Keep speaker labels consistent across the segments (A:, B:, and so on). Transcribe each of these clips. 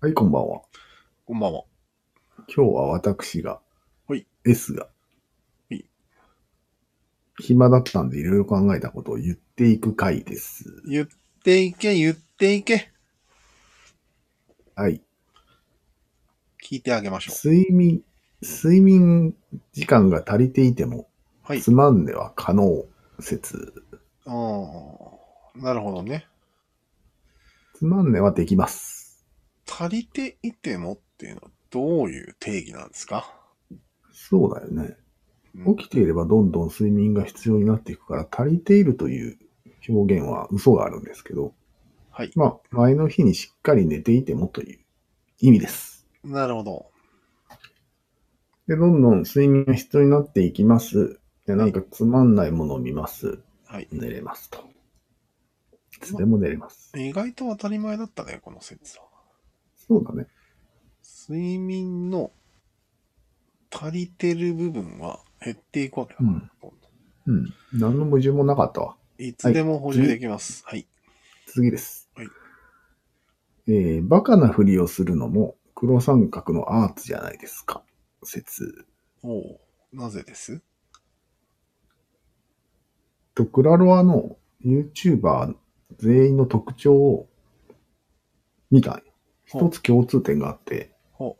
A: はい、こんばんは。
B: こんばんは。
A: 今日は私が、
B: はい。
A: S が、
B: い
A: 暇だったんでいろいろ考えたことを言っていく回です。
B: 言っていけ、言っていけ。
A: はい。
B: 聞いてあげましょ
A: 睡眠、睡眠時間が足りていても、
B: う。はい。
A: つまんでは可能説。
B: あーなるほどね。
A: つまんではできます。
B: 足りていてもっていうのはどういう定義なんですか
A: そうだよね。
B: うん
A: 起きていればどんどん睡眠が必要になっていくから、足りているという表現は嘘があるんですけど、
B: はい。
A: まあ、前の日にしっかり寝ていてもという意味です。
B: なるほど。
A: で、どんどん睡眠が必要になっていきます。で、
B: は
A: ないんかつまんないものを見ます。
B: はい。
A: 寝れますと。いつでも寝れます。
B: 意外と当たり前だったね、この説は。
A: そうだね。
B: 睡眠の足りてる部分は減っていくわけだ
A: う
B: から、
A: ん。うん。何の矛盾もなかったわ。
B: いつでも補充できます。はい。
A: 次です。
B: はい
A: えー、バカなふりをするのも黒三角のアーツじゃないですか。説。
B: おうなぜです
A: と、クラロアの YouTuber 全員の特徴を見たんよ
B: ほ
A: 一
B: う
A: つ共通点があって、
B: ほ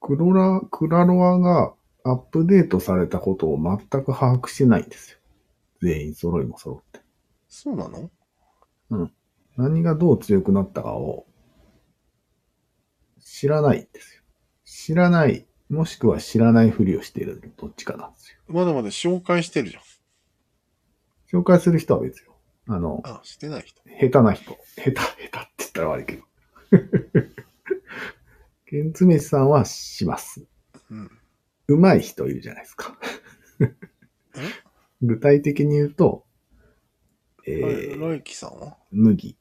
A: クロラ、クラロアがアップデートされたことを全く把握してないんですよ。全員揃いも揃って。
B: うそうなの
A: 何がどう強くなったかを知らないんですよ。知らない、もしくは知らないふりをしている、どっちかなんです
B: まだまだ紹介してるじ
A: よ。紹介する人は別よ。あの、
B: ゃん。あ、してない人。
A: 下手な人。下手、下手って言ったら悪いけど。 ケンツメイさんはします。
B: うん。
A: 上手い人いるじゃないです か。具体的に言うと、え
B: え
A: ー、
B: ロイキさんは
A: 麦。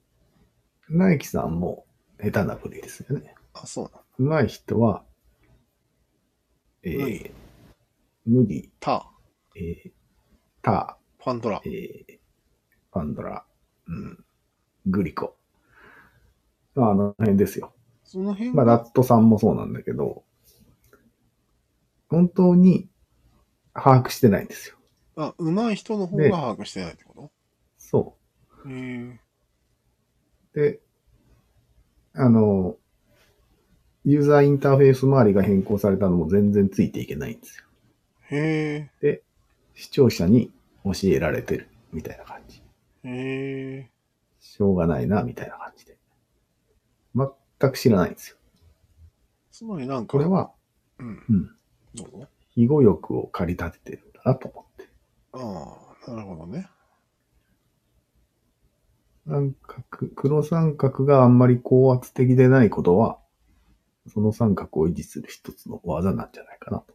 A: 来キさんも下手なふりですよね。
B: あ、そうなん
A: 上手い人は、えー
B: 麦、
A: 麦、
B: タ、
A: えー、タ、
B: パンドラ
A: え。ー、パンドラ、うん、グリコ。まあ、あの辺ですよ。
B: その辺
A: まあ、ラットさんもそうなんだけど、本当に把握してないんですよ。
B: あ、上手い人の方
A: で
B: が把握してないってこ
A: そう。
B: とへえ。
A: で、あの、ユーザーインターフェース周りが変更されたのも全然ついていけないんですよ。
B: へ
A: 視聴者に教えられてるみたいな感じ。
B: え。へえ。
A: しょうがないな、みたいな感じで。全く知らないんですよ。
B: つまりなんか、
A: これは
B: うん。
A: うん
B: どうぞ。
A: 非語欲を駆り立ててるんだなと思って。
B: ああ、なるほどね。
A: 三角、黒三角があんまり高圧的でないことは、その三角を維持する一つの技なんじゃないかなと。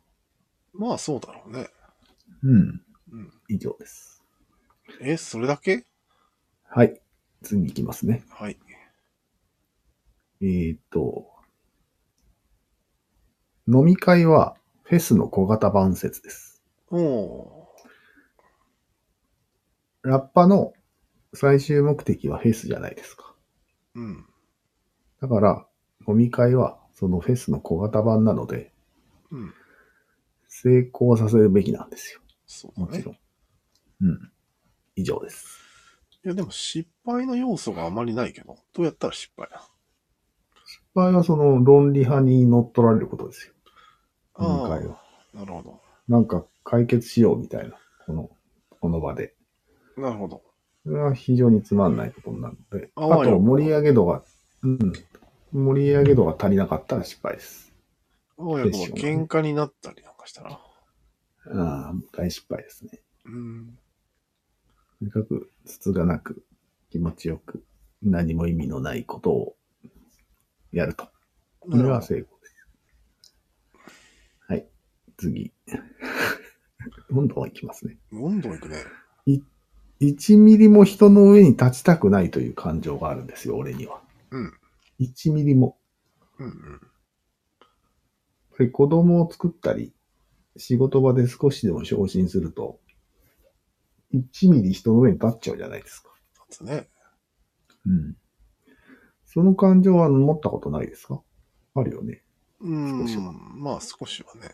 B: まあそうだろうね。
A: うん。
B: うん。
A: 以上です。
B: え、それだけ
A: はい。次行きますね。
B: はい。
A: えーっと、飲み会はフェスの小型版説です。
B: おお
A: ラッパの最終目的はフェスじゃないですか。
B: ー。うん。
A: だから、飲み会はそのフェスの小型版なので、
B: うん。
A: 成功させるべきなんですよ。
B: そう
A: も
B: だ
A: ち
B: ね。
A: ろん。うん。以上です。
B: いやでも失敗の要素があまりないけど、どうやったら失敗な
A: 場合はその論理派に乗っ取られることですよ。飲み
B: あ
A: 会は。
B: あ、なるほど。
A: なんか解決しようみたいな、この、この場で。
B: なるほど。
A: これは非常につまんないことになるので、
B: あ
A: あ
B: わよ
A: と盛り上げ度が、うん、盛り上げ度が足りなかったら失敗です。
B: 親子
A: で
B: は
A: しょうね
B: 喧嘩になったりなんかしたら。
A: ああ、大失敗ですね。
B: うん。
A: とにかく、筒がなく、気持ちよく、何も意味のないことをやると。これは成功です。はい、次。 どんどんいきますね。
B: どんどんいくね。
A: 1ミリも人の上に立ちたくないという感情があるんですよ、俺には。
B: うん。
A: 1ミリも。
B: うんうん。
A: やっぱり子供を作ったり、仕事場で少しでも昇進すると、1ミリ人の上に立っちゃうじゃないですか。
B: だってね。
A: うん。その感情は持ったことないですかあるよね。
B: うん
A: 少しは。
B: まあ少しはね。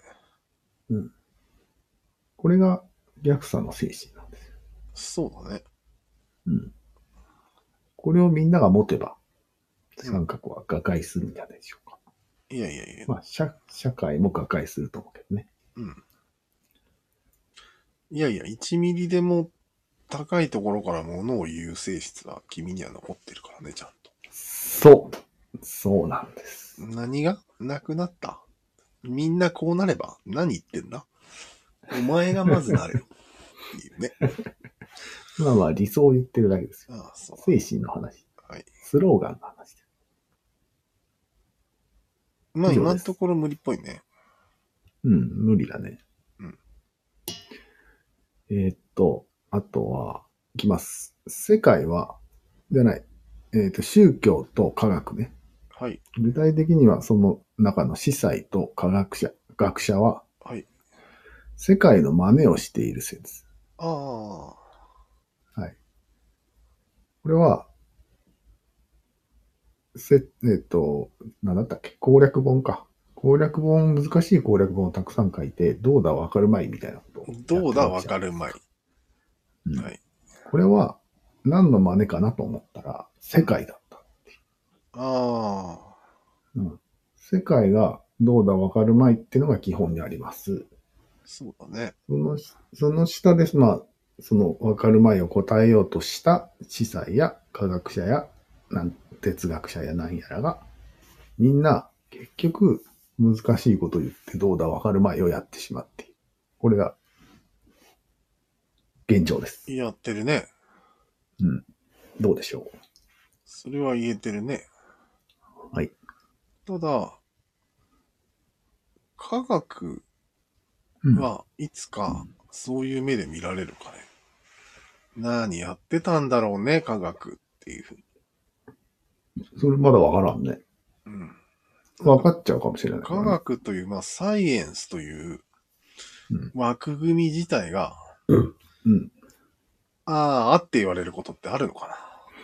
A: これが逆さの精神なんですよ。
B: そうだね。
A: うん。これをみんなが持てば、三角は瓦解するんじゃないでしょうか。
B: いやいやいや。
A: まあ、社社会も瓦解すると思うけどね。
B: うん。いやいや、1ミリでも高いところから物を言う性質は君には残ってるからね、ちゃんと。
A: そう。そうなんです。
B: 何がなくなったみんなこうなれば何言ってんだお前がまずな れよ。っていうね。
A: 今は理想を言ってるだけですよ。
B: ああ、そう。
A: 精神の話。
B: はい。
A: スローガンの話です。
B: まあ
A: 以上です
B: 今のところ無理っぽいね。
A: うん、無理だね。
B: うん
A: えーっと、あとは、いきます。世界は、じゃない。えーっと、宗教と科学ね。
B: はい。
A: 具体的にはその中の司祭と科学者、学者は、
B: はい。
A: 世界の真似をしている説。
B: ああ。
A: これは、せ、えっと、なんだったっけ攻略本か。攻略本、難しい攻略本をたくさん書いて、どうだわかるまいみたいなことをやってるわけじゃん。
B: どうだわかるまい。
A: うん
B: はい。
A: これは、何の真似かなと思ったら、世界だった。
B: ああ。
A: うん。世界がどうだわかるまいっていうのが基本にあります。
B: そうだね。
A: その、その下です。まあ、その分かる前を答えようとした司祭や科学者やなん哲学者やなんやらが、みんな結局難しいことを言ってどうだ分かる前をやってしまっている。これが現状です。
B: やってるね。
A: どうでしょう
B: それは言えてるね。
A: はい。
B: ただ、科学
A: うん
B: はいつかそういう目で見られるかね。何やってたんだろうね、科学っていうふうに。
A: それまだ分からんね。
B: うん。
A: 分かっちゃうかもしれないか
B: 科
A: らね、
B: 学という、まあ、サイエンスという
A: うん
B: 枠組み自体が、
A: うん。
B: ああ、あって言われることってあるのかな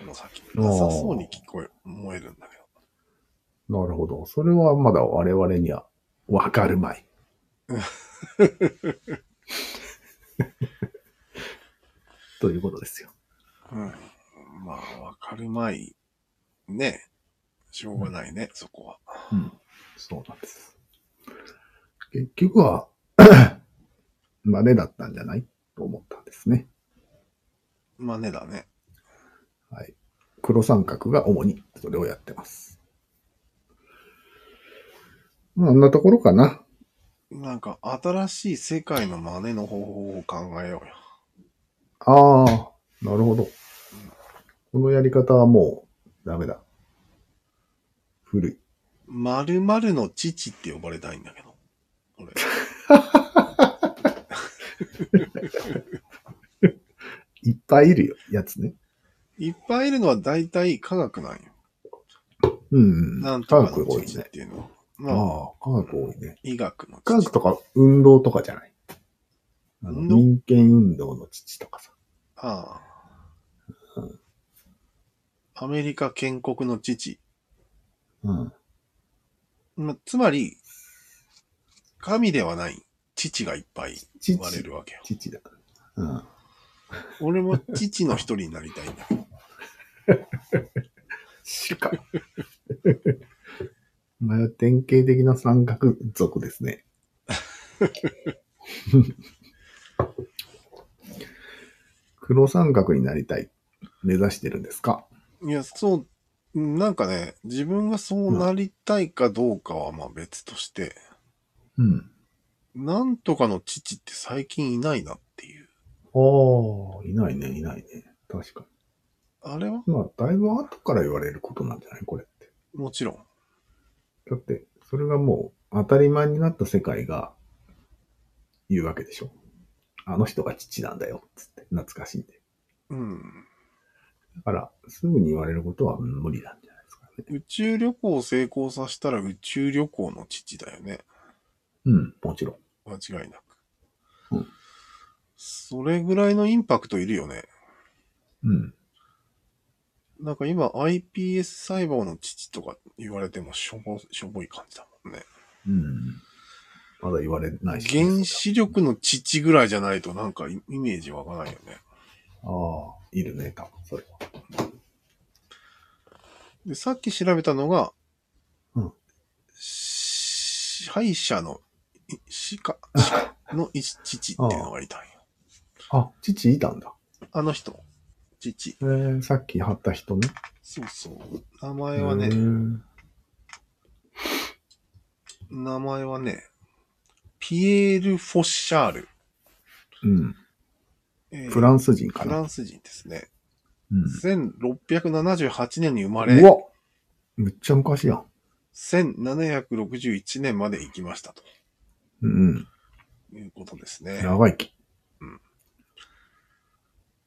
B: この先。なさそうに聞こえ、思えるんだけ
A: なるほど。それはまだ我々には分かるまい。ということですよ。
B: ど。うん。まあ、わかるまい。ね。しょうがないね、そこは。
A: うん。そうなんです。結局は、 真似だったんじゃないと思ったんですね。
B: まあねだね。
A: はい。黒三角が主にそれをやってます。まあ、あんなところかな。
B: なんか、新しい世界の真似の方法を考えようよ。
A: ああ、なるほど。このやり方はもうダメだ。古い。
B: 〇〇の父って呼ばれたいんだけど。 俺。
A: いっぱいいるよ、やつね。
B: いっぱいいるのは大体科学なんよ。
A: うん。
B: なん
A: 科
B: とか
A: 学
B: の
A: 多い
B: 父っ
A: ね。
B: ていうのは。
A: あ
B: まあ、
A: あ、科学多いね。
B: 医学の
A: 科
B: 父
A: 学。とか運動とかじゃない。あの
B: 運動
A: 民権運動の父とかさ。
B: ああ。アメリカ建国の父。
A: うん。
B: まあ、つまり、神ではない父がいっぱい
A: 父
B: 生。まれるわけよ。
A: 父だ。うん。
B: 俺も父の一人になりたいんだけど。
A: しか。 まあ、典型的な三角族ですね。 黒三角になりたい。目指してるんですか
B: いや、そう、うんなんかね、自分がそうなりたいかどうかはまあ別として、
A: うん。
B: なんとかの父って最近いないなっていう。
A: ああ、いないね、いないね。確か
B: あれは
A: に。まあ、だいぶ後から言われることなんじゃないこれって。
B: もちろん。
A: だって、それがもう当たり前になった世界が言うわけでしょ。あの人が父なんだよ、つって、懐かしいんで。
B: うん。
A: だから、すぐに言われることは無理なんじゃないですかね。
B: 宇宙旅行を成功させたら宇宙旅行の父だよね。
A: うん、もちろん。
B: 間違いなく。
A: うん
B: それぐらいのインパクトいるよね。
A: うん。
B: なんか今 iPS 細胞の父とか言われてもしょぼ、しょぼい感じだもんね。
A: うん。まだ言われないし。
B: 原子力の父ぐらいじゃないとなんかイイメージ湧かないよね。
A: ああ、いるね、多分、それは。
B: で、さっき調べたのが、
A: うん
B: し歯医者の、い歯 科、歯科のい父っていうのがいたんよ。
A: あ、父いたんだ。
B: あの人、父。
A: えー、さっき貼った人ね。
B: そうそう。名前はね、
A: うん
B: 名前はね、ピエール・フォッシャール。
A: うん。
B: えー
A: フランス人か
B: フ
A: な。
B: ランス人ですね。
A: うん。
B: 1678年に生ま
A: う
B: れ、
A: わめっちゃ昔やん。
B: 1761年まで生きましたと
A: うん
B: いうことです
A: う
B: ね
A: ん。。長生き。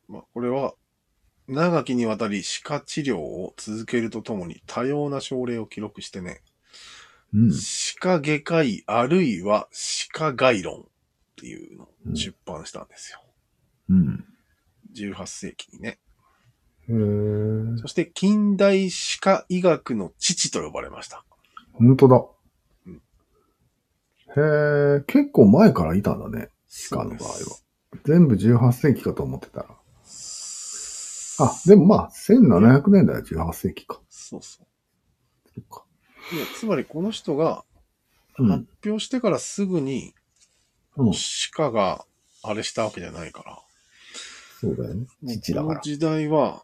B: まあ、これは、長きにわたり歯科治療を続けるとともに多様な症例を記録してね、
A: うん。
B: 歯科外科医あるいは歯科概論っていうのを出版したんですよ。
A: うん。
B: 18世紀にね。
A: へえ。
B: そして近代歯科医学の父と呼ばれました。
A: ほんとだ
B: うん。
A: へえ、結構前からいたんだね。
B: 歯
A: 科の場合は全部18世紀かと思ってたら。あ、
B: あ、
A: でもまあ、1700年代は18世紀か。
B: そうそう。
A: そっか
B: いやつまりこの人が
A: うん
B: 発表してからすぐに
A: うん。
B: 歯科があれしたわけじゃないから。
A: そうだよね。父だ
B: こ
A: か
B: の
A: ら。
B: 時代は、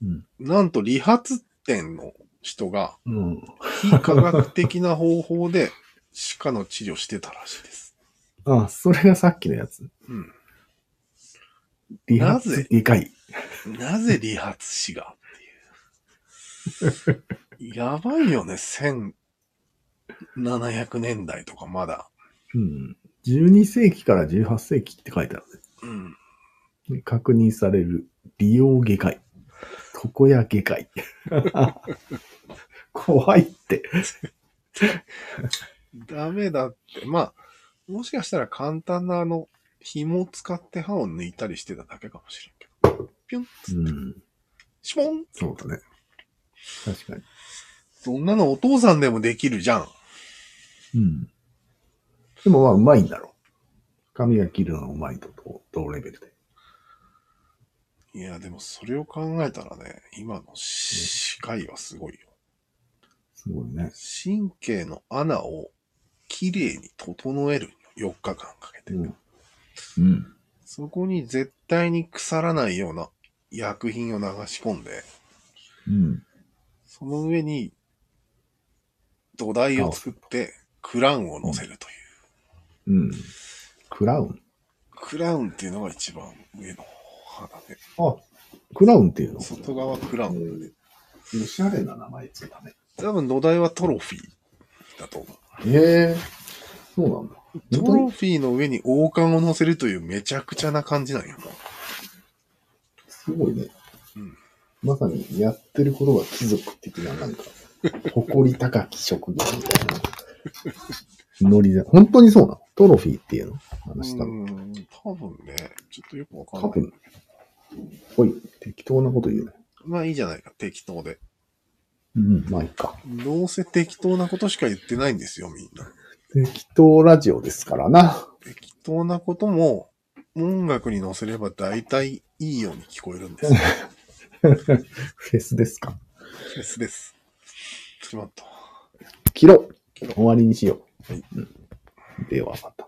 A: うん。
B: うん、なんと理髪店の人が
A: うん。
B: 非科学的な方法 で歯科の治療してたらしいです。
A: あ、それがさっきのやつ。
B: うん、
A: 理髪
B: なぜ
A: 理解。
B: なぜ理髪師がって いう。やばいよね、1700年代とかまだ。
A: うん。12世紀から18世紀って書いてある
B: うん、
A: ね。確認される利用外科医。床屋外科医。 怖いって。
B: ダメだって。まあ、もしかしたら簡単なあの、紐を使って歯を抜いたりしてただけかもしれんけど。ピュン、
A: うん。
B: シュポン
A: そうだね。確かに。
B: そんなのお父さんでもできるじゃん。
A: うん。でもまあ、うまいんだろう。髪が切るのがうまいと同同レベルで。
B: いや、でもそれを考えたらね、今の歯科医はすごいよ。
A: すごいね。
B: 神経の穴をきれいに整えるよ。4日間かけて。
A: うん。うん。
B: そこに絶対に腐らないような薬品を流し込んで、
A: うん。
B: その上に土台を作ってクラウンを乗せるという。
A: うん。クラウン。
B: クラウンっていうのが一番上の花で、
A: あ、クラウンっていうの
B: 外側クラウン。
A: えーおしゃれな名前つけたね。
B: 多分土台はトロフィーだと思う。
A: へえそうなんだ。
B: ト
A: 本当
B: ロ
A: に
B: フィーの上に王冠を乗せるというめちゃくちゃな感じなんよ。
A: すごいね。
B: うん
A: まさにやってることが貴族的な、 なんか、誇り高き職業みたいな。ノリで。本当にそうなのトロフィーっていうの
B: う
A: 話したの。
B: ーん、多分ね、ちょっとよくわかん
A: 多
B: ない。
A: 分、ほい、適当なこと言うね。
B: まあいいじゃないか、適当で。
A: うん、まあいいか。
B: どうせ適当なことしか言ってないんですよ、みんな。
A: 適当ラジオですからな。
B: 適当なことも音楽に乗せれば大体いいように聞こえるんですよ。
A: フェスですか。
B: フェスです。しまった。
A: 切ろう
B: 切ろう
A: 終わりにしよう。
B: はい
A: うんではまた。